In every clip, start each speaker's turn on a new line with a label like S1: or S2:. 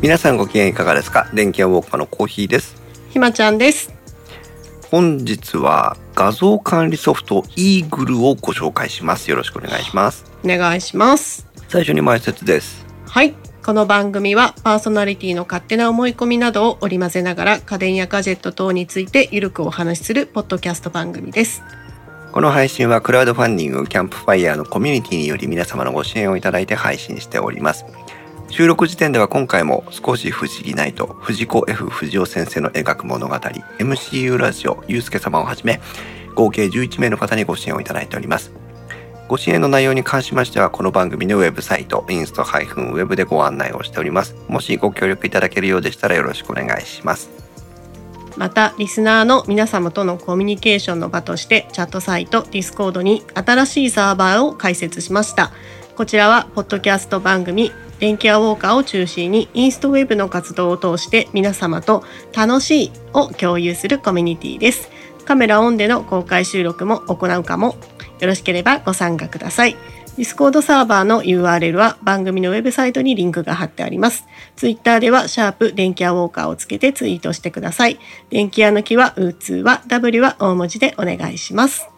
S1: 皆さんご機嫌いかがですか電気屋ウォーカーのコーヒーです
S2: ひまちゃんです。
S1: 本日は画像管理ソフトイーグルをご紹介しますよろしくお願いします
S2: お願いします。
S1: 最初に前説です
S2: はい。この番組はパーソナリティの勝手な思い込みなどを織り交ぜながら家電やガジェット等についてゆるくお話しするポッドキャスト番組です。
S1: この配信はクラウドファンディングキャンプファイヤーのコミュニティにより皆様のご支援をいただいて配信しております収録時点では今回も少し不思議ないと藤子 F 不二雄先生の描く物語 MCU ラジオゆうすけ様をはじめ合計11名の方にご支援をいただいておりますご支援の内容に関しましてはこの番組のウェブサイトインスト -web でご案内をしておりますもしご協力いただけるようでしたらよろしくお願いします
S2: また、リスナーの皆様とのコミュニケーションの場として、チャットサイト、ディスコードに新しいサーバーを開設しました。こちらは、ポッドキャスト番組、電気屋ウォーカーを中心に、インストウェブの活動を通して、皆様と楽しいを共有するコミュニティです。カメラオンでの公開収録も行うかも、よろしければご参加ください。ディスコードサーバーの URL は番組のウェブサイトにリンクが貼ってあります。ツイッターでは、シャープ電気屋ウォーカーをつけてツイートしてください。電気屋の木は、うーつーは、W は大文字でお願いします。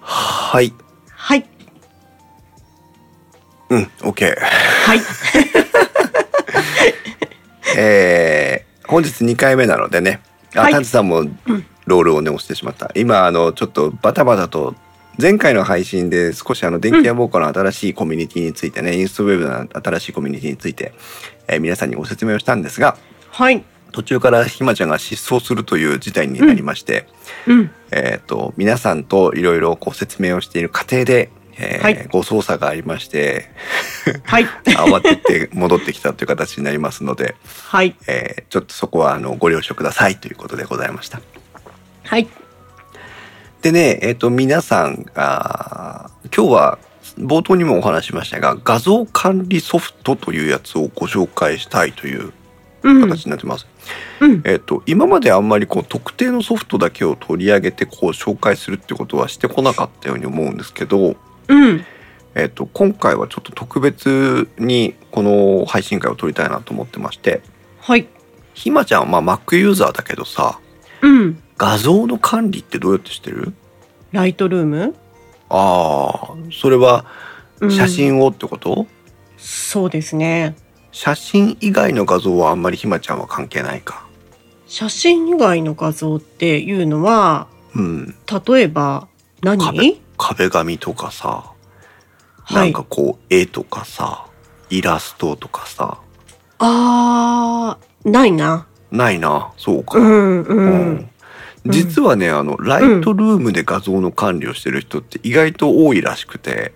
S1: はい
S2: はい。
S1: うん OK
S2: はい。
S1: えー本日2回目なのでねあ、
S2: はい
S1: タツさんもロールをね押してしまった今あのちょっとバタバタと前回の配信で少しあの電気屋ウォーカーの新しいコミュニティについてね、インストウェブの新しいコミュニティについて、えー皆さんにご説明をしたんですが
S2: はい。
S1: 途中からひまちゃんが失踪するという事態になりまして、
S2: うん。
S1: えっ、と皆さんといろいろこう説明をしている過程で、えー
S2: はい
S1: ご操作がありまして
S2: はい。
S1: 慌てて戻ってきたという形になりますので。
S2: はい。
S1: えーちょっとそこはあのご了承くださいということでございました。
S2: はい。
S1: でね、えっ、と、皆さんが、今日は冒頭にもお話ししましたが、画像管理ソフトというやつをご紹介したいという
S2: うん。
S1: 形になってます。
S2: うん。
S1: えっ、と、今まであんまりこう特定のソフトだけを取り上げてこう紹介するってことはしてこなかったように思うんですけど、
S2: うん。
S1: えっ、と、今回はちょっと特別にこの配信会を撮りたいなと思ってまして、
S2: はい。
S1: ひまちゃんはまあ Mac ユーザーだけどさ、
S2: うん。
S1: 画像の管理ってどうやってしてる
S2: ライトルーム、
S1: ああそれは
S2: うん
S1: 写真をってこと、
S2: そうですね。
S1: 写真以外の画像はあんまりひまちゃんは関係ないか
S2: 写真以外の画像っていうのは、
S1: うん
S2: 例えば何、
S1: 壁壁紙とかさ、
S2: は
S1: ないんかこう絵とかさイラストとかさ
S2: あー、ないな。
S1: ないなそうか、
S2: うん、う。
S1: うん実はねあのライトルームで画像の管理をしてる人って意外と多いらしくて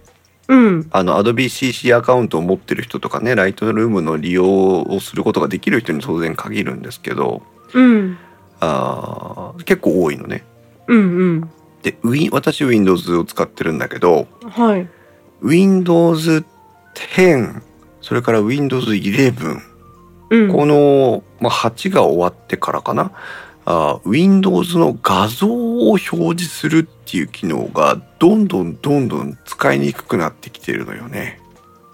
S2: うん。
S1: あの AdobeCC アカウントを持ってる人とかねライトルームの利用をすることができる人に当然限るんですけど
S2: うん。
S1: あー結構多いのね。
S2: うん、
S1: で、ウィン私 Windows を使ってるんだけど、
S2: うん。はい。
S1: Windows 10、それから Windows 11、
S2: うん。
S1: この、まあ、8が終わってからかな、あー Windows の画像を表示するっていう機能がどんどんどんどん使いにくくなってきてるのよね。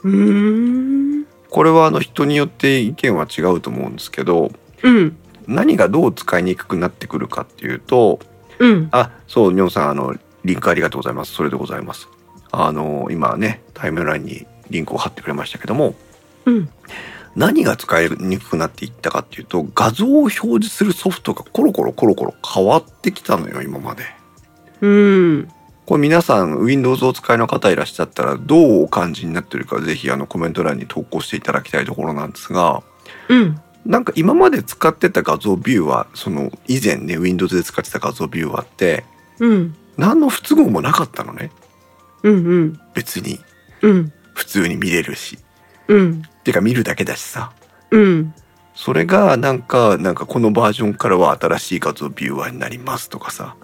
S2: うーん。
S1: これはあの人によって意見は違うと思うんですけど、
S2: うん。
S1: 何がどう使いにくくなってくるかっていうと、
S2: うん。
S1: あ、そう、ニョンさん、あの、リンクありがとうございます。それでございます。あの、今ね、タイムラインにリンクを貼ってくれましたけども、
S2: うん。
S1: 何が使いにくくなっていったかっていうと、画像を表示するソフトがコロコロコロコロ変わってきたのよ、今まで。
S2: うん。
S1: これ皆さん、Windows をお使いの方いらっしゃったら、どうお感じになってるか、ぜひあのコメント欄に投稿していただきたいところなんですが、
S2: うん。
S1: なんか今まで使ってた画像ビューは、その以前ね、Windows で使ってた画像ビューはって、
S2: うん。
S1: 何の不都合もなかったのね、
S2: うん。うん。
S1: 別に。
S2: うん。
S1: 普通に見れるし。
S2: うん。
S1: てか見るだけだしさ。
S2: うん。
S1: それがなんか、なんかこのバージョンからは新しい画像ビューワーになりますとかさ。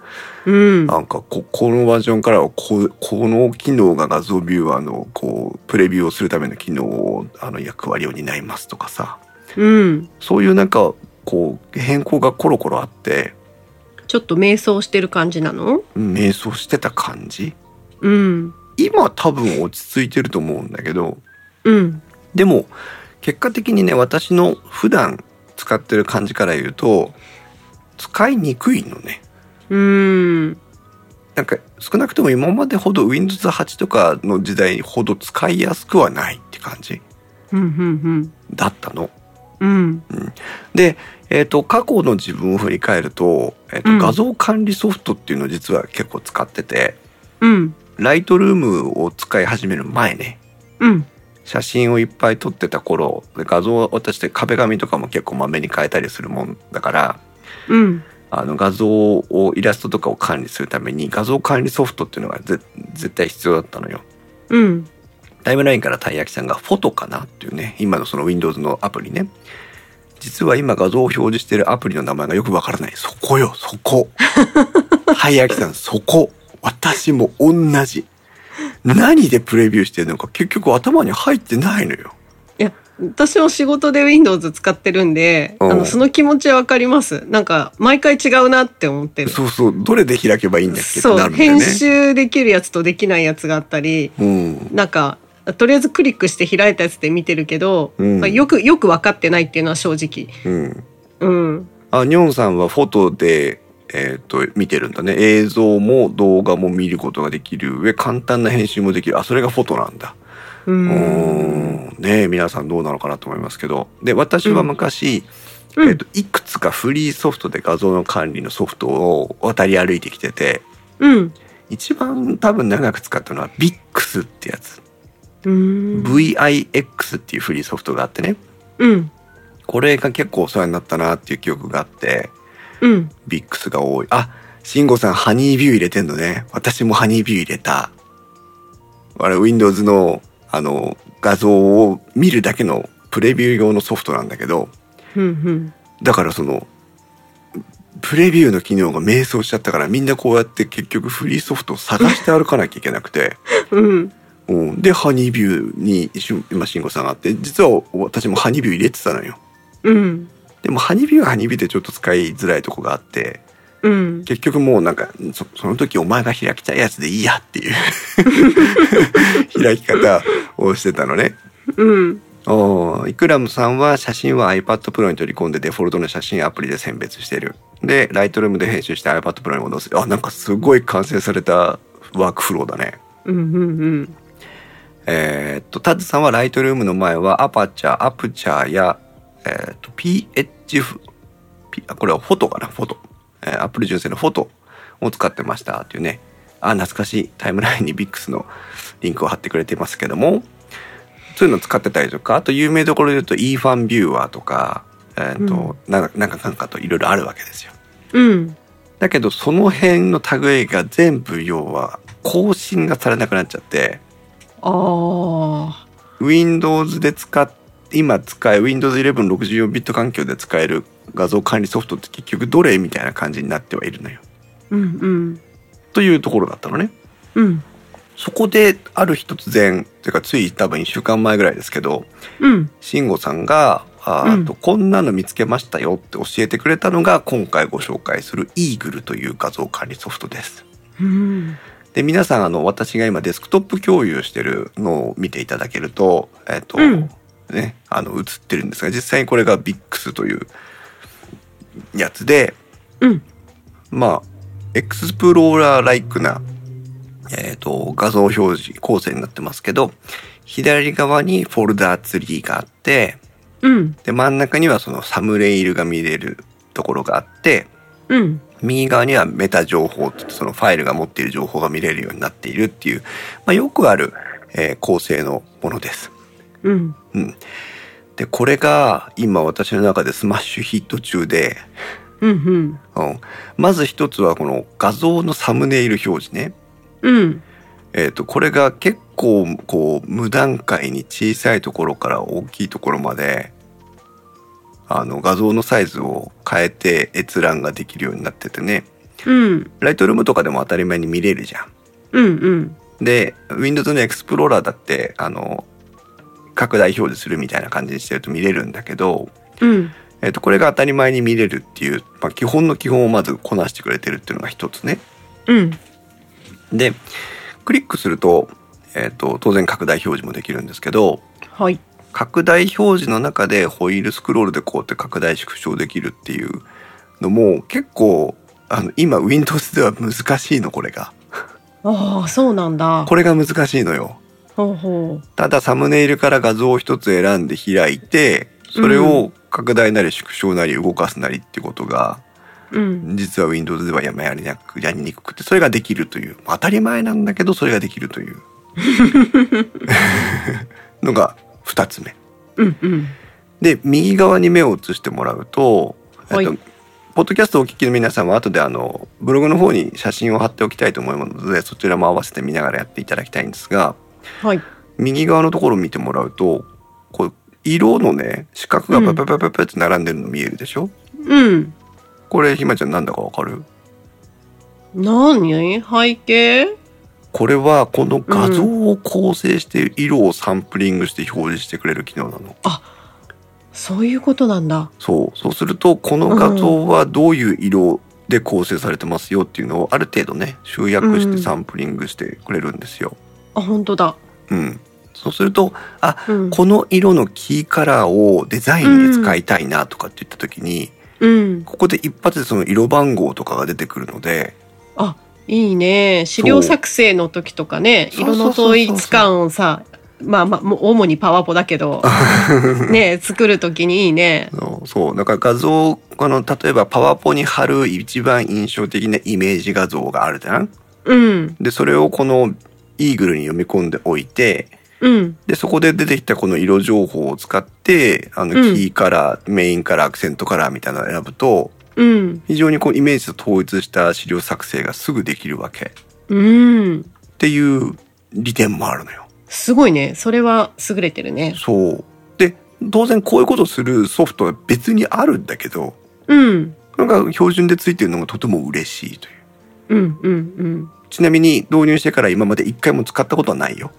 S2: うん。
S1: なんかこ、このバージョンからはこ、この機能が画像ビューワーのこう、プレビューをするための機能を、あの役割を担いますとかさ。
S2: うん。
S1: そういうなんか、こう、変更がコロコロあって、
S2: ちょっと迷走してる感じなの
S1: 迷走してた感じ。
S2: うん。
S1: 今多分落ち着いてると思うんだけど、
S2: うん。
S1: でも、結果的にね私の普段使ってる感じから言うと使いにくいのね
S2: うーん。
S1: なんか少なくとも今までほど Windows8 とかの時代ほど使いやすくはないって感じ
S2: うん、うん、
S1: だったの。
S2: うん。うん。
S1: で、えー、と過去の自分を振り返ると,、えーと
S2: うん
S1: 画像管理ソフトっていうのを実は結構使ってて
S2: うん。
S1: ライトルームを使い始める前ね
S2: うん。
S1: 写真をいっぱい撮ってた頃で画像を私って壁紙とかも結構まめに変えたりするもんだから
S2: うん。
S1: あの画像をイラストとかを管理するために画像管理ソフトっていうのがぜ絶対必要だったのよ。
S2: うん。
S1: タイムラインからたい焼きさんがフォトかなっていうね今のその Windows のアプリね実は今画像を表示してるアプリの名前がよくわからないそこよそこたい焼きさんそこ私も同じ何でプレビューしてるのか結局頭に入ってないのよ
S2: いや、私も仕事で Windows 使ってるんで、
S1: うん
S2: あの、その気持ちはわかります。なんか、毎回違うなって思って る。
S1: そうそうどれで開けばいいんだっけって
S2: そ
S1: な
S2: う、
S1: るんだよ
S2: 編
S1: ね
S2: 集できるやつとできないやつがあったり、
S1: うん
S2: なんか、とりあえずクリックして開いたやつで見てるけど、
S1: うん
S2: まあ、よく、よく分かってないっていうのは正直。
S1: うん
S2: うん。
S1: あニョンさんはフォトでえっと見てるんだね映像も動画も見ることができる上簡単な編集もできるあそれがフォトなんだ
S2: う。
S1: うんんねえ皆さんどうなのかなと思いますけどで私は昔、
S2: うん
S1: えっといくつかフリーソフトで画像の管理のソフトを渡り歩いてきてて
S2: うん。
S1: 一番多分長く使ったのは VIX ってやつ、
S2: うん。
S1: VIX っていうフリーソフトがあってね
S2: うん。
S1: これが結構お世話になったなっていう記憶があって
S2: うん。
S1: VIX が多いあ慎吾さんハニービュー入れてんのね私もハニービュー入れたあれ Windows のあの画像を見るだけのプレビュー用のソフトなんだけど
S2: うん。うん。
S1: だからそのプレビューの機能が迷走しちゃったからみんなこうやって結局フリーソフトを探して歩かなきゃいけなくて、
S2: うん。
S1: うん、でハニービューにしゅ今慎吾さんがあって実は私もハニービュー入れてたのよ
S2: うん。
S1: でもハニービューはハニービューでちょっと使いづらいとこがあって
S2: うん。
S1: 結局もうなんかそその時お前が開きたいやつでいいやっていう 開き方をしてたのね
S2: うん。
S1: おーイクラムさんは写真は iPad Pro に取り込んでデフォルトの写真アプリで選別してる。で、Lightroom で編集して iPad Pro に戻す。あ、なんかすごい完成されたワークフローだね。
S2: うん。うん。
S1: えーっと、タズさんは Lightroom の前は Aperture、Aperture や、えーっと、PH、P、あこれはフォトかな、フォト。えー、Apple 純正のフォトを使ってましたっていうね。あ、懐かしい。タイムラインに VIX のリンクを貼ってくれてますけども、そういうの使ってたりとか、あと有名どころで言うと e ファンビューワーとか、えーっと、なん、なんかなんかといろいろあるわけですよ。
S2: うん。
S1: だけど、その辺の類が全部要は更新がされなくなっちゃって、
S2: ああ。
S1: Windows で使っ今使え Windows 1164ビット環境で使える画像管理ソフトって結局どれみたいな感じになってはいるのよ。
S2: うん。うん。
S1: というところだったのね。
S2: うん。
S1: そこである日突然というかつい多分1週間前ぐらいですけど
S2: うん。
S1: 慎吾さんがあー
S2: うん
S1: とこんなの見つけましたよって教えてくれたのが今回ご紹介する Eagle という画像管理ソフトです。
S2: うん。
S1: で皆さんあの私が今デスクトップ共有してるのを見ていただけると,、えっと
S2: うん
S1: ね、あの映ってるんですが実際にこれが VIX というやつで
S2: うん。
S1: まあエクスプローラーライクな、えっと画像表示構成になってますけど左側にフォルダーツリーがあって
S2: うん。
S1: で真ん中にはそのサムレイルが見れるところがあって
S2: うん。
S1: 右側にはメタ情報って言ってそのファイルが持っている情報が見れるようになっているっていう、まあ、よくある、えー構成のものです。
S2: うん。
S1: でこれが今私の中でスマッシュヒット中で、
S2: うん。
S1: うん、まず一つはこの画像のサムネイル表示ね。
S2: うん。
S1: えー、とこれが結構こう無段階に小さいところから大きいところまであの画像のサイズを変えて閲覧ができるようになっててね
S2: うん。
S1: ライトルームとかでも当たり前に見れるじゃん。
S2: うん。うん。
S1: で Windows のエクスプローラーだってあの拡大表示するみたいな感じにしてると見れるんだけど、
S2: うん。
S1: えっとこれが当たり前に見れるっていう、まあ、基本の基本をまずこなしてくれてるっていうのが一つね。
S2: うん。
S1: でクリックすると,、えっと当然拡大表示もできるんですけど
S2: はい。
S1: 拡大表示の中でホイールスクロールでこうやって拡大縮小できるっていうのも結構あの今 Windows では難しいのこれが
S2: ああそうなんだ
S1: これが難しいのよ
S2: ほうほ
S1: ただサムネイルから画像を一つ選んで開いてそれを拡大なり縮小なり動かすなりってことが
S2: ううん
S1: 実は Windows ではややりなくやりにくくてそれができるという当たり前なんだけどそれができるという のが2つ目
S2: うんうん
S1: で右側に目を移してもらうと、
S2: はい
S1: えっと、ポッドキャストをお聞きの皆さんは後であのブログの方に写真を貼っておきたいと思いますのでそちらも合わせて見ながらやっていただきたいんですが
S2: はい
S1: 右側のところを見てもらうとこう色のね四角がパパパパパって並んでるの見えるでしょ、
S2: うん
S1: これひまちゃんなんだかわかる
S2: 何背景
S1: これはこの画像を構成して色をサンプリングして表示してくれる機能なの。
S2: そういうことなんだ
S1: そうそうするとこの画像はどういう色で構成されてますよっていうのをある程度ね集約してサンプリングしてくれるんですよ。
S2: あ本当だ
S1: うん、そうするとあ
S2: うん
S1: この色のキーカラーをデザインに使いたいなとかって言った時に
S2: うん
S1: ここで一発でその色番号とかが出てくるので
S2: いいね資料作成の時とかね
S1: そう
S2: 色の統一感をさまあまあもう主にパワポだけどね作る時にいいね
S1: そうそうだから画像この例えばパワポに貼る一番印象的なイメージ画像があるじゃん
S2: うん
S1: でそれをこのイーグルに読み込んでおいて
S2: うん
S1: でそこで出てきたこの色情報を使ってあの
S2: うん
S1: キーカラー、メインカラーアクセントカラーみたいなのを選ぶと
S2: うん
S1: 非常にこうイメージと統一した資料作成がすぐできるわけっ
S2: うん
S1: ていう利点もあるのよ。
S2: すごいねそれは優れてるね
S1: そうで当然こういうことするソフトは別にあるんだけど
S2: うん
S1: なんか標準でついてるのがとても嬉しいという。
S2: うんうんうん
S1: ちなみに導入してから今まで一回も使ったことはないよ。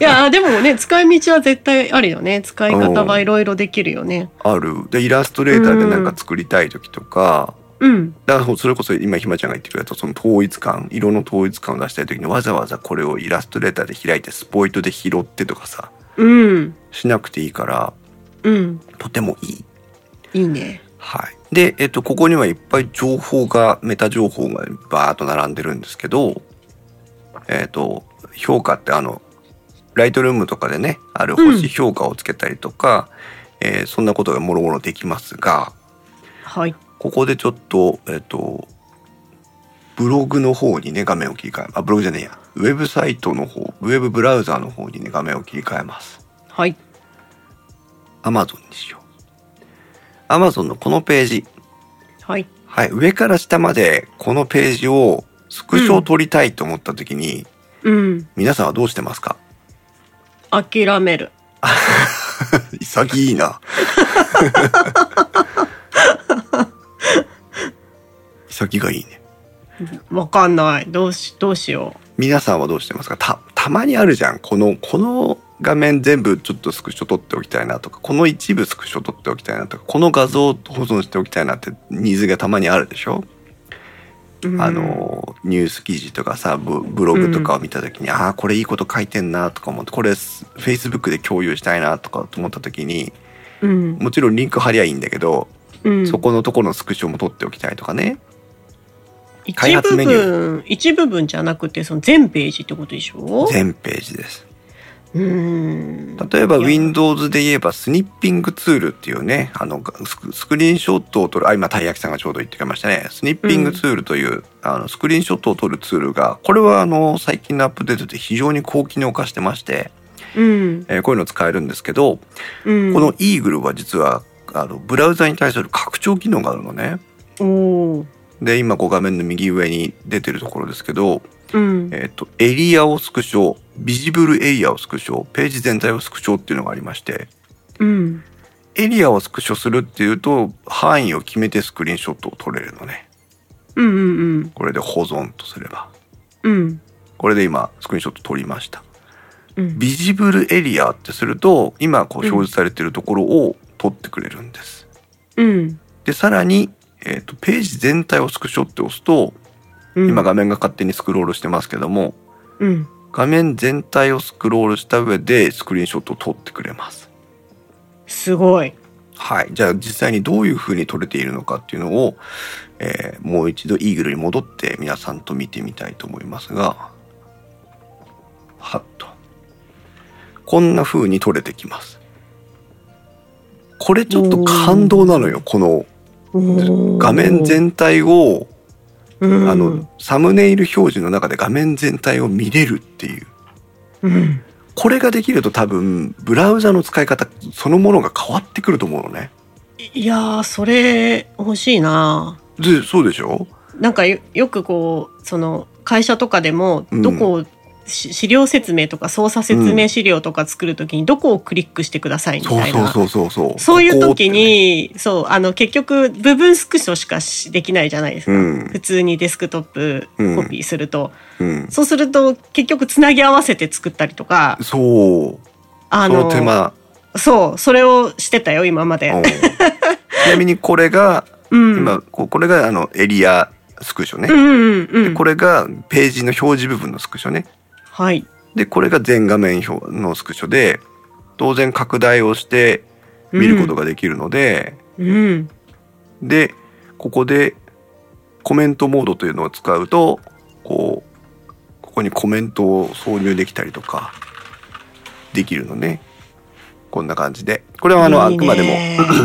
S2: いやーでも ね使い道は絶対あるよね使い方はいろいろできるよね
S1: ある。で、イラストレーターでなんか作りたい時とか、
S2: うん
S1: だからそれこそ今ひまちゃんが言ってくれたその統一感、色の統一感を出したい時にわざわざこれをイラストレーターで開いてスポイトで拾ってとかさ、
S2: うん
S1: しなくていいから、
S2: うん
S1: とてもいい。
S2: いいね
S1: はい。で、えっと、ここにはいっぱい情報が、メタ情報がバーっと並んでるんですけど、えっと、評価ってあの、ライトルームとかでね、ある星評価をつけたりとか、えーそんなことがもろもろできますが、
S2: はい
S1: ここでちょっと、えっと、ブログの方にね、画面を切り替え、あ、ブログじゃねえや、ウェブサイトの方、ウェブブラウザーの方にね、画面を切り替えます。
S2: はい
S1: Amazon にしよう。Amazon のこのページ、
S2: はい
S1: はい、上から下までこのページをスクショを撮りたいと思った時に、
S2: うん
S1: 皆さんはどうしてますか
S2: 諦める
S1: 潔いな。 潔がいいね。
S2: わかんないどうしどうしよ
S1: 皆さんはどうしてますかた、たまにあるじゃん。この、この画面全部ちょっとスクショ撮っておきたいなとか、この一部スクショ撮っておきたいなとか、この画像を保存しておきたいなってニーズがたまにあるでしょ
S2: う、うん
S1: あのニュース記事とかさブブログとかを見た時に、ああこれいいこと書いてんなとか思ってこれす Facebook で共有したいなとか思った時に
S2: うん
S1: もちろんリンク貼りゃいいんだけど、
S2: うん、
S1: そこのところのスクショも取っておきたいとかね開
S2: 一
S1: 発
S2: 部
S1: メニュ
S2: 分一部分じゃなくてその全ページってことでしょ
S1: 全ページです
S2: うーん
S1: 例えば
S2: いや
S1: Windows で言えばスニッピングツールっていうねあのスクスクリーンショットを撮るあ今たい焼きさんがちょうど言ってくれましたねスニッピングツールという、あのスクリーンショットを撮るツールがこれはあの最近のアップデートで非常に高機能化してまして、
S2: うん
S1: えーこういうの使えるんですけど
S2: うん
S1: このイーグルは実はあのブラウザに対する拡張機能があるのね。
S2: おー
S1: で今こう画面の右上に出てるところですけど、
S2: うん
S1: えっとエリアをスクショビジブルエリアをスクショページ全体をスクショっていうのがありまして
S2: うん
S1: エリアをスクショするっていうと範囲を決めてスクリーンショットを撮れるのね
S2: うんうん
S1: これで保存とすれば
S2: うんうん
S1: これで今スクリーンショット撮りました
S2: うん
S1: ビジブルエリアってすると今こう表示されてるところを撮ってくれるんです、
S2: うん
S1: でさらに、えー、とページ全体をスクショって押すと、
S2: うん
S1: 今画面が勝手にスクロールしてますけども
S2: うん
S1: 画面全体をスクロールした上でスクリーンショットを撮ってくれます。
S2: すごい。
S1: はい。じゃあ実際にどういう風に撮れているのかっていうのを、えーもう一度イーグルに戻って皆さんと見てみたいと思いますが、はっと。こんな風に撮れてきます。これちょっと感動なのよ。この画
S2: 画
S1: 面全体を、
S2: うん、
S1: あの、サムネイル表示の中で画面全体を見れるっていう。
S2: うん、
S1: これができると多分、ブラウザの使い方そのものが変わってくると思うのね。
S2: いやーそれ欲しいな
S1: で、そうでしょ
S2: なんかよよくこうその会社とかでも
S1: うん
S2: どこを、し資料説明とか操作説明資料とか作るときにどこをクリックしてくださいみ
S1: そう
S2: たいな、
S1: そうそうそうそう。
S2: そういう時
S1: こ
S2: に、そう、あの、結局、部分スクショしかしできないじゃないです
S1: こ
S2: か。
S1: ってね
S2: 普通にデスクトップ
S1: うん
S2: コピーすると。
S1: うん。うん。
S2: そうすると、結局、つなぎ合わせて作ったりとか、
S1: そう。
S2: あ
S1: その手間。
S2: そう、それをしてたよ、今ま
S1: う
S2: で
S1: ん。ちなみにこれが、
S2: うん。
S1: 今、こうこれがあのエリアスクショ
S2: うん
S1: ね。
S2: うんうんう
S1: で
S2: ん。
S1: これがページの表示部分のスクショね。
S2: はい。
S1: で、これが全画面表のスクショで、当然拡大をして見ることができるので、
S2: うん。
S1: でここでコメントモードというのを使うとこうここにコメントを挿入できたりとかできるのねこんな感じでこれはあのあくまでも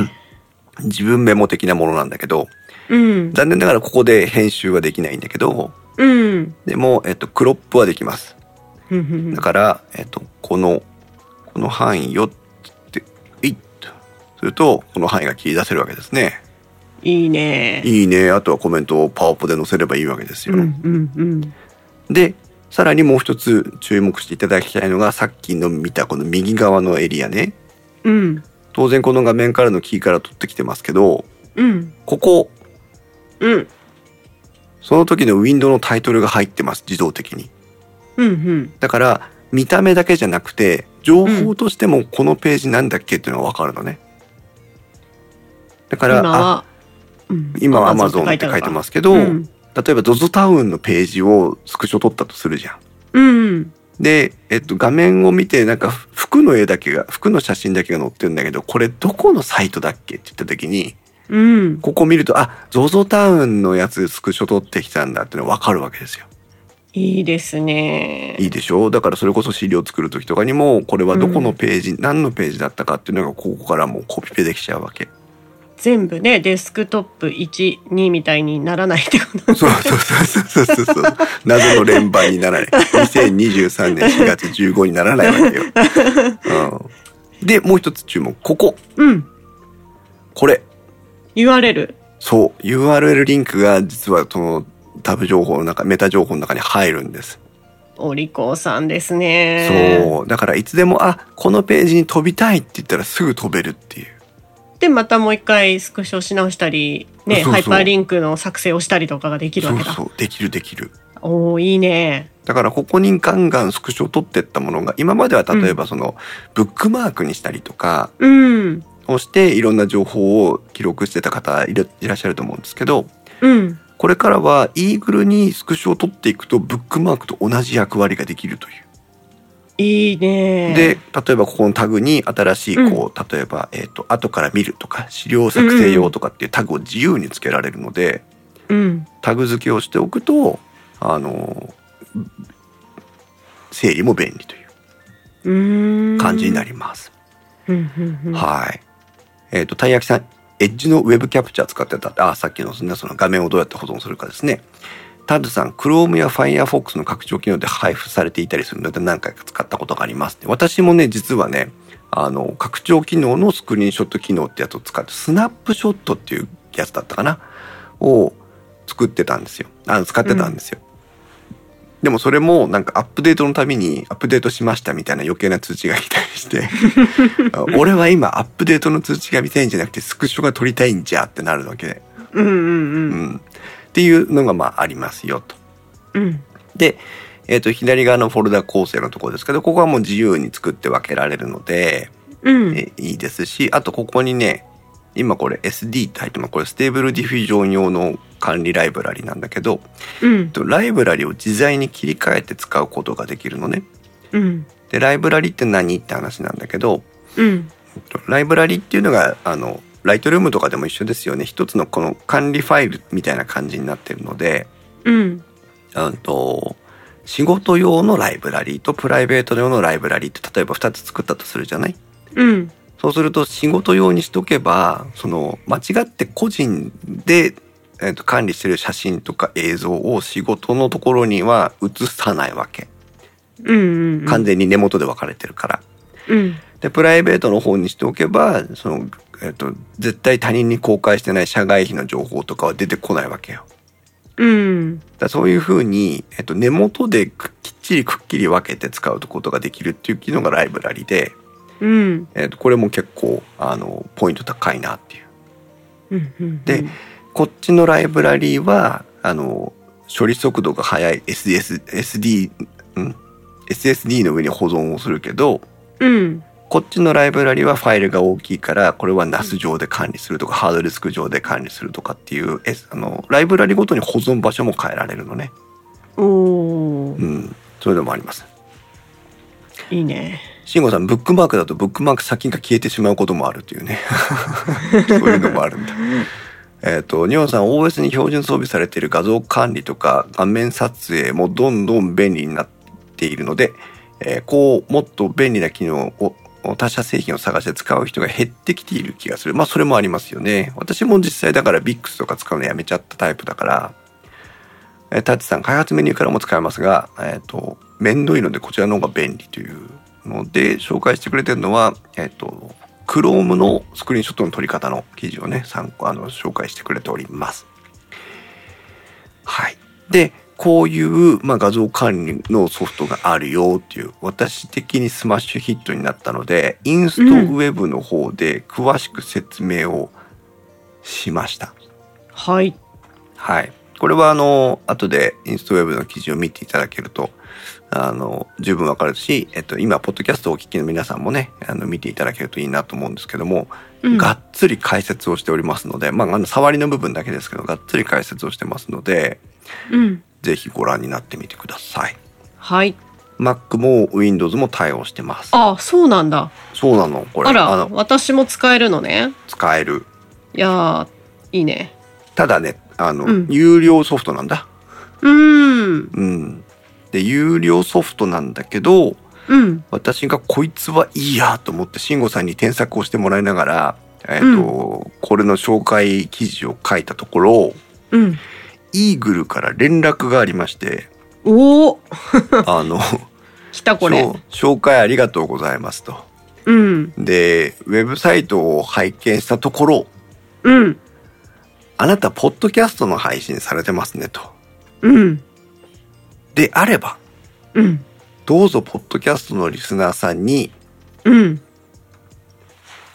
S2: も。
S1: 自分メモ的なものなんだけど
S2: うん。
S1: 残念ながらここで編集はできないんだけど
S2: うん。
S1: でも、えっと、クロップはできます
S2: うんうん
S1: だから、えっと、このこの範囲よっていっとするとこの範囲が切り出せるわけですね
S2: いいね。
S1: いいねあとはコメントをパワポで載せればいいわけです
S2: う
S1: よ、
S2: んうんうん。
S1: で、さらにもう一つ注目していただきたいのが、さっきの見たこの右側のエリアね。
S2: うん。
S1: 当然この画面からのキーから取ってきてますけど、
S2: うん。
S1: ここ、
S2: うん。
S1: その時のウィンドウのタイトルが入ってます、自動的に。
S2: うんうん。
S1: だから、見た目だけじゃなくて、情報としてもこのページなんだっけっていうのがわかるのね。だから、
S2: 今
S1: あ
S2: は、うん
S1: 今は Amazon って書いてますすけど、
S2: うん
S1: 例えば ZOZO タウンのページをスクショ撮ったとするじゃん。
S2: うん。
S1: で、えっと、画面を見て、なんか、服の絵だけが、服の写真だけが載ってるんだけど、これどこのサイトだっけって言った時に、
S2: うん。
S1: ここ見ると、あ、ZOZO タウンのやつスクショ撮ってきたんだってのがわかるわけですよ。
S2: いいですね。
S1: いいでしょうだからそれこそ資料作る時とかにも、これはどこのページ、何のページだったかっていうのが、ここからもうコピペできちゃうわけ。
S2: 全部ね、デスクトップ1、2みたいにならないってこと
S1: そうそうそうそうそうそう。 謎の連番にならない。2023年4月15にならないわけよ。うん。で、もう一つ注目。ここ。
S2: うん。
S1: これ。
S2: 言われる。
S1: そう、URL リンクが実はそのタブ情報の中、メタ情報の中に入るんです。
S2: お利口さんですね。
S1: そう、だからいつでも、あ、このページに飛びたいって言ったらすぐ飛べるっていう。
S2: で、またもう一回スクショし直したり、ね、
S1: そうそう
S2: ハイパーリンクの作成をしたりとかができるわ
S1: そ
S2: け
S1: う
S2: だ。
S1: そう、できるできる。
S2: おおいいね。
S1: だからここにガンガンスクショを取ってったものが、今までは例えばその、ブックマークにしたりとか
S2: うん。
S1: をして、いろんな情報を記録してた方いらいらっしゃると思うんですけど、
S2: うん。
S1: これからはイーグルにスクショを取っていくと、ブックマークと同じ役割ができるという。
S2: いいね。
S1: で、例えばここのタグに新しい、こう、例えば、えっ、と、後から見るとか、資料作成用とかっていうタグを自由に付けられるので、
S2: うん。
S1: タグ付けをしておくと、あの、整理も便利という
S2: うーん。
S1: 感じにな
S2: る。
S1: ります。
S2: うんうんうん、
S1: はい。えっ、と、たいやきさん、エッジのウェブキャプチャー使ってた、あ、さっきのですね、その画面をどうやって保存するかですね。タルさん、Chrome や Firefox の拡張機能で配布されていたりするので何回か使ったことがありますって。私もね、実はね、あの、拡張機能のスクリーンショット機能ってやつを使って、スナップショットっていうやつだったかなを作ってたんですよ。あの、使ってたんですよ。でもそれもなんかアップデートのためにアップデートしましたみたいな余計な通知が来たりして、あ 俺は今アップデートの通知が見たいんじゃなくてスクショが撮りたいんじゃってなるわけで、
S2: うんうん
S1: う
S2: うん。
S1: ん。っていうのがまあありますよと。
S2: うん。
S1: で、えっ、と、左側のフォルダ構成のところですけど、ここはもう自由に作って分けられるので、
S2: うん。
S1: えいいですし、あとここにね、今これ SD って入ってます。これステーブルディフュージョン用の管理ライブラリなんだけど、
S2: うん
S1: とライブラリを自在に切り替えて使うことができるのね。
S2: うん
S1: でライブラリって何って話なんだけど
S2: うん
S1: とライブラリっていうのがあのライトルームとかでも一緒ですよね一つのこの管理ファイルみたいな感じになってるので、
S2: うん
S1: うん、と仕事用のライブラリとプライベート用のライブラリって例えば2つ作ったとするじゃない
S2: うん
S1: そうすると仕事用にしとけばその間違って個人で、えーと管理してる写真とか映像を仕事のところには映さないわけ
S2: うんうん
S1: 完全に根元で分かれてるから。
S2: うん
S1: でプライベートの方にしておけばその、えっと絶対他人に公開してない社外費の情報とかは出てこないわけよ。
S2: うん
S1: だからそういうふうに、えっと根元でくきっちりくっきり分けて使うことができるっていう機能がライブラリで、
S2: うん
S1: えっとこれも結構あのポイント高いなっていう。
S2: うんうん
S1: でこっちのライブラリはあの処理速度が速い SS SD ん SSD の上に保存をするけど、
S2: うん
S1: こっちのライブラリはファイルが大きいから、これは NAS 上で管理するとか、ハードディスク上で管理するとかっていう、えあの、ライブラリごとに保存場所も変えられるのね。
S2: おー
S1: うん。それでもあります。
S2: いいね
S1: 慎吾さん、ブックマークだとブックマーク先が消えてしまうこともあるというね。そういうのもあるんだ。えっと、ニオンさん、OS に標準装備されている画像管理とか画面撮影もどんどん便利になっているので、えーこう、もっと便利な機能を、他社製品を探して使う人が減ってきている気がする。まあ、それもありますよね。私も実際だから VIX とか使うのやめちゃったタイプだから、えータッチさん、開発メニューからも使えますが、えっ、と、面倒いのでこちらの方が便利というので、紹介してくれてるのは、えっ、と、Chrome のスクリーンショットの撮り方の記事をね、参考、あの、紹介してくれております。はい。で、こういう、まあ、画像管理のソフトがあるよっていう、私的にスマッシュヒットになったので、インストウェブの方で詳しく説明をしました。
S2: はい
S1: はい。これはあの、後でインストウェブの記事を見ていただけると、あの、十分わかるし、えっと、今、ポッドキャストをお聞きの皆さんもね、あの、見ていただけるといいなと思うんですけども、
S2: うん
S1: がっつり解説をしておりますので、まあ、あの、触りの部分だけですけど、がっつり解説をしてますので、
S2: うん
S1: ぜひご覧になってみてください。
S2: はい。
S1: Mac も Windows も対応してます。
S2: あ、そうなんだ。
S1: そうなのこれ。
S2: あら、
S1: の、
S2: 私も使えるのね。
S1: 使える。
S2: いやー、いいね。
S1: ただね、あの、
S2: うん
S1: 有料ソフトなんだ。
S2: うーん、
S1: うん。で、有料ソフトなんだけど、
S2: うん、
S1: 私がこいつはいいやと思って慎吾さんに添削をしてもらいながら、えっとこれの紹介記事を書いたところ
S2: うん。
S1: イーグルから連絡がありまして
S2: おお、
S1: あの
S2: 来 たこれ。
S1: そう紹介ありがとうございますと。
S2: うん、
S1: でウェブサイトを拝見したところ
S2: うん、
S1: あなたポッドキャストの配信されてますねと。
S2: うん、
S1: であれば
S2: うん、
S1: どうぞポッドキャストのリスナーさんに
S2: うん。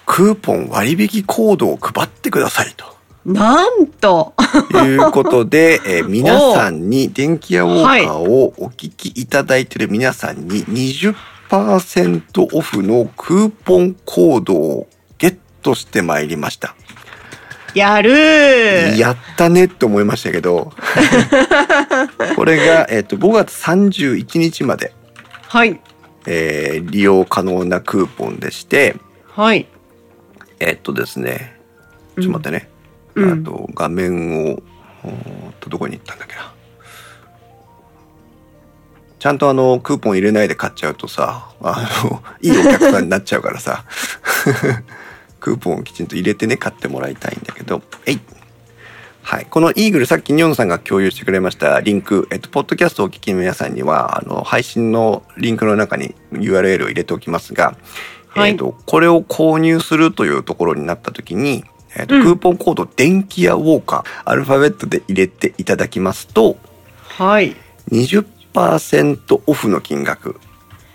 S1: クーポン割引コードを配ってくださいと。
S2: なんと、
S1: ということで、えー皆さんに、電気屋ウォーカーをお聞きいただいている皆さんに20%オフのクーポンコードをゲットしてまいりました。
S2: やるー。
S1: やったねって思いましたけど、これが、えっと5月31日まで、
S2: はい、
S1: えー利用可能なクーポンでして、
S2: はい。
S1: えっとですね、ちょっと待ってね。
S2: うん
S1: あと、画面を、うーんと、どこに行ったんだっけな。ちゃんとあの、クーポン入れないで買っちゃうとさ、あ の、いいお客さんになっちゃうからさ、クーポンをきちんと入れてね、買ってもらいたいんだけど、えいはい。このイーグル、さっきニョンさんが共有してくれましたリンク、えっと、ポッドキャストをお聞きの皆さんには、あの、配信のリンクの中に URL を入れておきますが、
S2: はい
S1: えっと、これを購入するというところになった時に、えっと、
S2: うん
S1: クーポンコード、電気屋ウォーカー、アルファベットで入れていただきますと、
S2: はい。
S1: 20%オフの金額。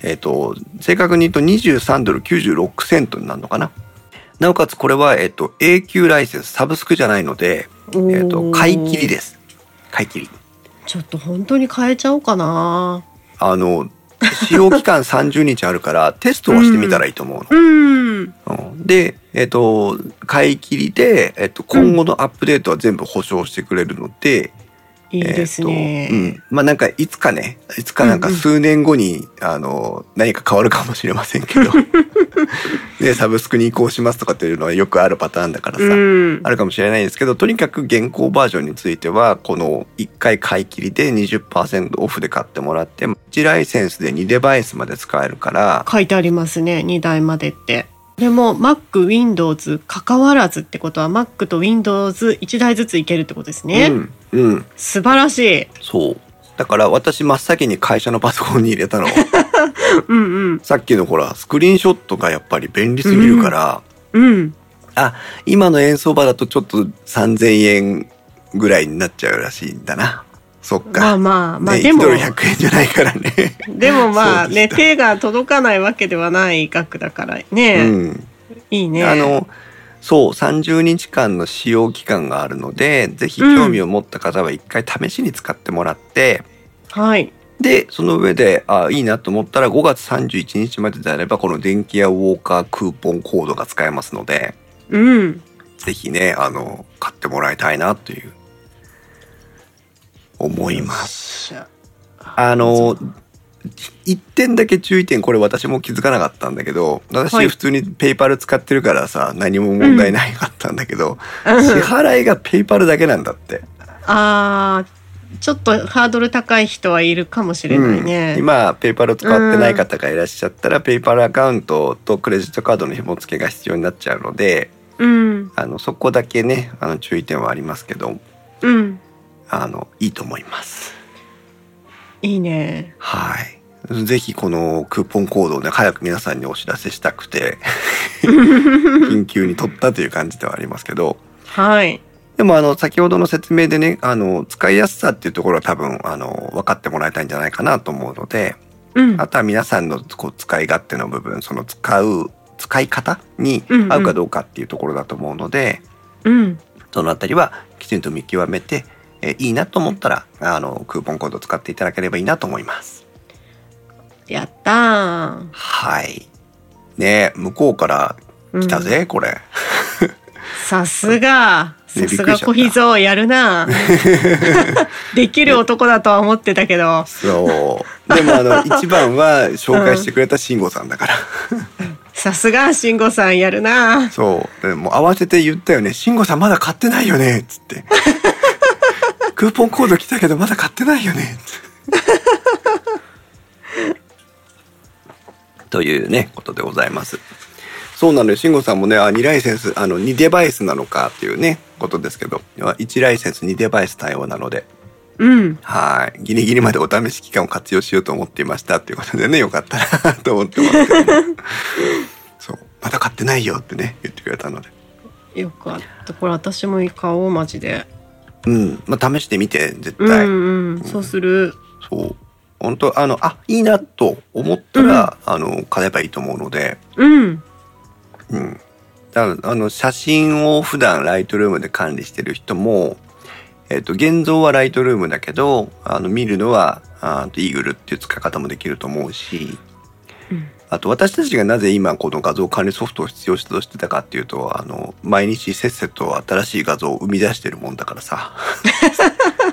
S1: えっ、と、正確に言うと23ドル96セントになるのかな。なおかつこれは、えっ、と、永久ライセンス、サブスクじゃないので、
S2: え
S1: えっ、と、買い切り。です。買い切り。
S2: ちょっと本当に変えちゃおうかな。
S1: あの、使用期間 30日あるからテストはしてみたらいいと思うの。
S2: うん。
S1: うんで、えっ、と、買い切りで、えっ、と、今後のアップデートは全部保証してくれるので、
S2: いい
S1: えっ
S2: ですね。
S1: とうん。まあなんかいつかね、いつかなんか
S2: うんうん
S1: 数年後に、あの、何か変わるかもしれませんけ ど、ね、サブスクに移行しますとかっていうのはよくあるパターンだからさ、
S2: うん
S1: あるかもしれないですけど、とにかく現行バージョンについては、この1回買い切りで20%オフで買ってもらって、1ライセンスで2デバイスまで使えるから、
S2: 書いてありますね2台までって。でも Mac、Windows 関わらずってことは Mac と Windows1 台ずついけるってことですね。
S1: うん、うん、
S2: 素晴らしい。
S1: そう。だから私真っ先に会社のパソコンに入れ たの。
S2: うんうん
S1: さっきのほら、スクリーンショットがやっぱり便利すぎるから、
S2: うん。
S1: あ、今の円相場だとちょっと3000円ぐらいになっちゃうらしいんだな。そっ
S2: まあ
S1: か。
S2: まあまあ、
S1: ね
S2: でも
S1: 1ドル100円じゃないからね。
S2: でもまあ
S1: そうでし
S2: ね
S1: た
S2: 手が届かないわけではない額だからね、
S1: うん。
S2: いいね。
S1: あのそう30日間の使用期間があるのでぜひ興味を持った方は一回試しに使ってもらって、
S2: はい。
S1: でその上であいいなと思ったら5月31日までであればこの電気屋ウォーカークーポンコードが使えますので
S2: うん。
S1: ぜひねあの買ってもらいたいなという思います。
S2: す。
S1: あの一点だけ注意点これ私も気づかなかったんだけど
S2: は
S1: 私
S2: い
S1: 普通にペイパル使ってるからさ何も問題ないかったんだけど、 支払いがペイパルだけなんだって。
S2: あーちょっとハードル高い人はいるかもしれないね。
S1: うん今ペイパルを使ってない方がいらっしゃったら、ペイパルアカウントとクレジットカードの紐付けが必要になっちゃうので
S2: うん、
S1: あのそこだけねあの注意点はありますけど
S2: うん、
S1: あのいいと思います。
S2: いいね。
S1: はいぜひこのクーポンコードをね早く皆さんにお知らせしたく て緊急に取ったという感じではありますけど
S2: はい。
S1: でもあの先ほどの説明でねあの使いやすさっていうところは多分あの分かってもらいたいんじゃないかなと思うので、
S2: うん
S1: あ、とは皆さんのこう使い勝手の部分その使う使い方に
S2: うんうん
S1: 合うかどうかっていうところだと思うので、
S2: うん、
S1: そのあたりはきちんと見極めて、えーいいなと思ったらあのクーポンコードを使っていただければいいなと思います。
S2: やったー。
S1: はいねえ向こうから来たぜ、これ。
S2: さすが、
S1: ね
S2: さすが小秘蔵や るな。できる男だとは思ってたけど。
S1: そうでもあ の一番は紹介してくれた慎吾さんだから、
S2: さすが慎吾さんやるな。
S1: そうでもう慌てて言ったよね「慎吾さんまだ買ってないよね」っつ って「クーポンコード来たけどまだ買ってないよ ね」っつってというねことでございますそうなのよ慎吾さんもねあ2ライセンスあの2デバイスなのかっていうねことですけど1ライセンス2デバイス対応なので
S2: うん。
S1: はいギリギリまでお試し期間を活用しようと思っていましたっていうことでねよかったなと思ってますけども そうまだ買ってないよってね言ってくれたので
S2: よかった。これ私も買おう、マジで。
S1: うん、まあ、試してみて絶
S2: うん
S1: 対、
S2: うん、そうする。
S1: そう本当あのあいいなと思ったら、あの買えばいいと思うので、
S2: うん、
S1: うん、だからあの写真を普段ライトルームで管理してる人も、えっと現像はライトルームだけどあの見るのはあイーグルっていう使い方もできると思うし
S2: うん
S1: あと私たちがなぜ今この画像管理ソフトを必要としてたかっていうとあの毎日せっせと新しい画像を生み出してるもんだから さ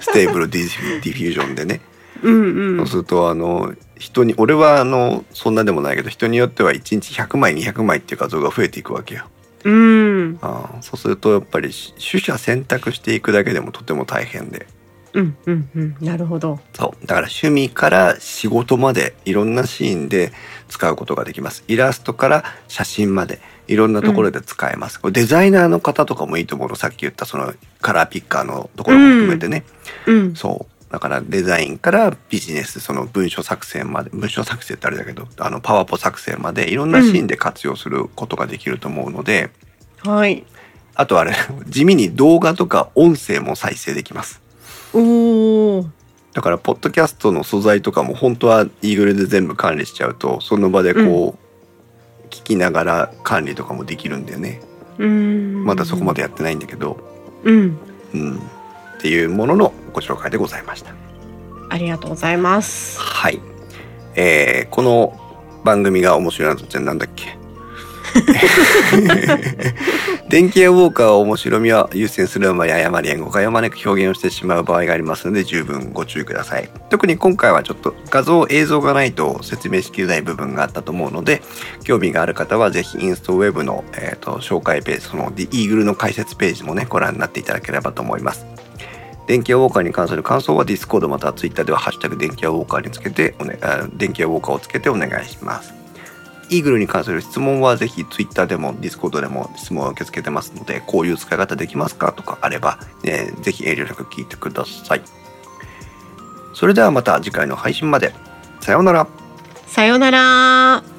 S1: ステーブルディフュディフュージョンでね
S2: うん、
S1: そう。
S2: うん
S1: するとあの人に俺はあのそんなでもないけど人によっては1日100枚200枚っていう画像が増えていくわけよ。
S2: うん、
S1: ああそうするとやっぱりし取捨選択していくだけでもとても大変で
S2: うん、うん、うん。なるほど。
S1: そうだから趣味から仕事までいろんなシーンで使うことができますイラストから写真までいろんなところで使えます、これデザイナーの方とかもいいと思うのさっき言ったそのカラーピッカーのところも含めてね、
S2: うん。
S1: そうだからデザインからビジネスその文書作成まで文書作成ってあれだけどあのパワポ作成までいろんなシーンで活用することができると思うので、
S2: はい。
S1: あとあれ、 地味に動画とか音声も再生できます。
S2: おお。
S1: だから、ポッドキャストの素材とかも本当は Eagle で全部管理しちゃうと、その場でこう、聞きながら管理とかもできるんだよね。
S2: うん。
S1: まだそこまでやってないんだけど、
S2: うん。
S1: うん。っていうもののご紹介でございました。
S2: ありがとうございます。
S1: はい。えーこの番組が面白いなとじゃあなんだっけ 電気屋ウォーカーは面白みは優先するあまり誤りや誤解を招く表現をしてしまう場合がありますので十分ご注意ください特に今回はちょっと画像映像がないと説明しきれない部分があったと思うので興味がある方はぜひインストウェブの、えーと紹介ページその The Eagle の解説ページもねご覧になっていただければと思います電気屋ウォーカーに関する感想は Discord または Twitter では「ハッシュタグ電気屋ウォーカー」につけておね、あ電気屋ウォーカーをつけてお願いします。イーグルに関する質問はぜひ Twitter でも Discord でも質問を受け付けてますのでこういう使い方できますかとかあれば、えーぜひ遠慮なく聞いてください。それではまた次回の配信まで。さようなら。
S2: さようなら。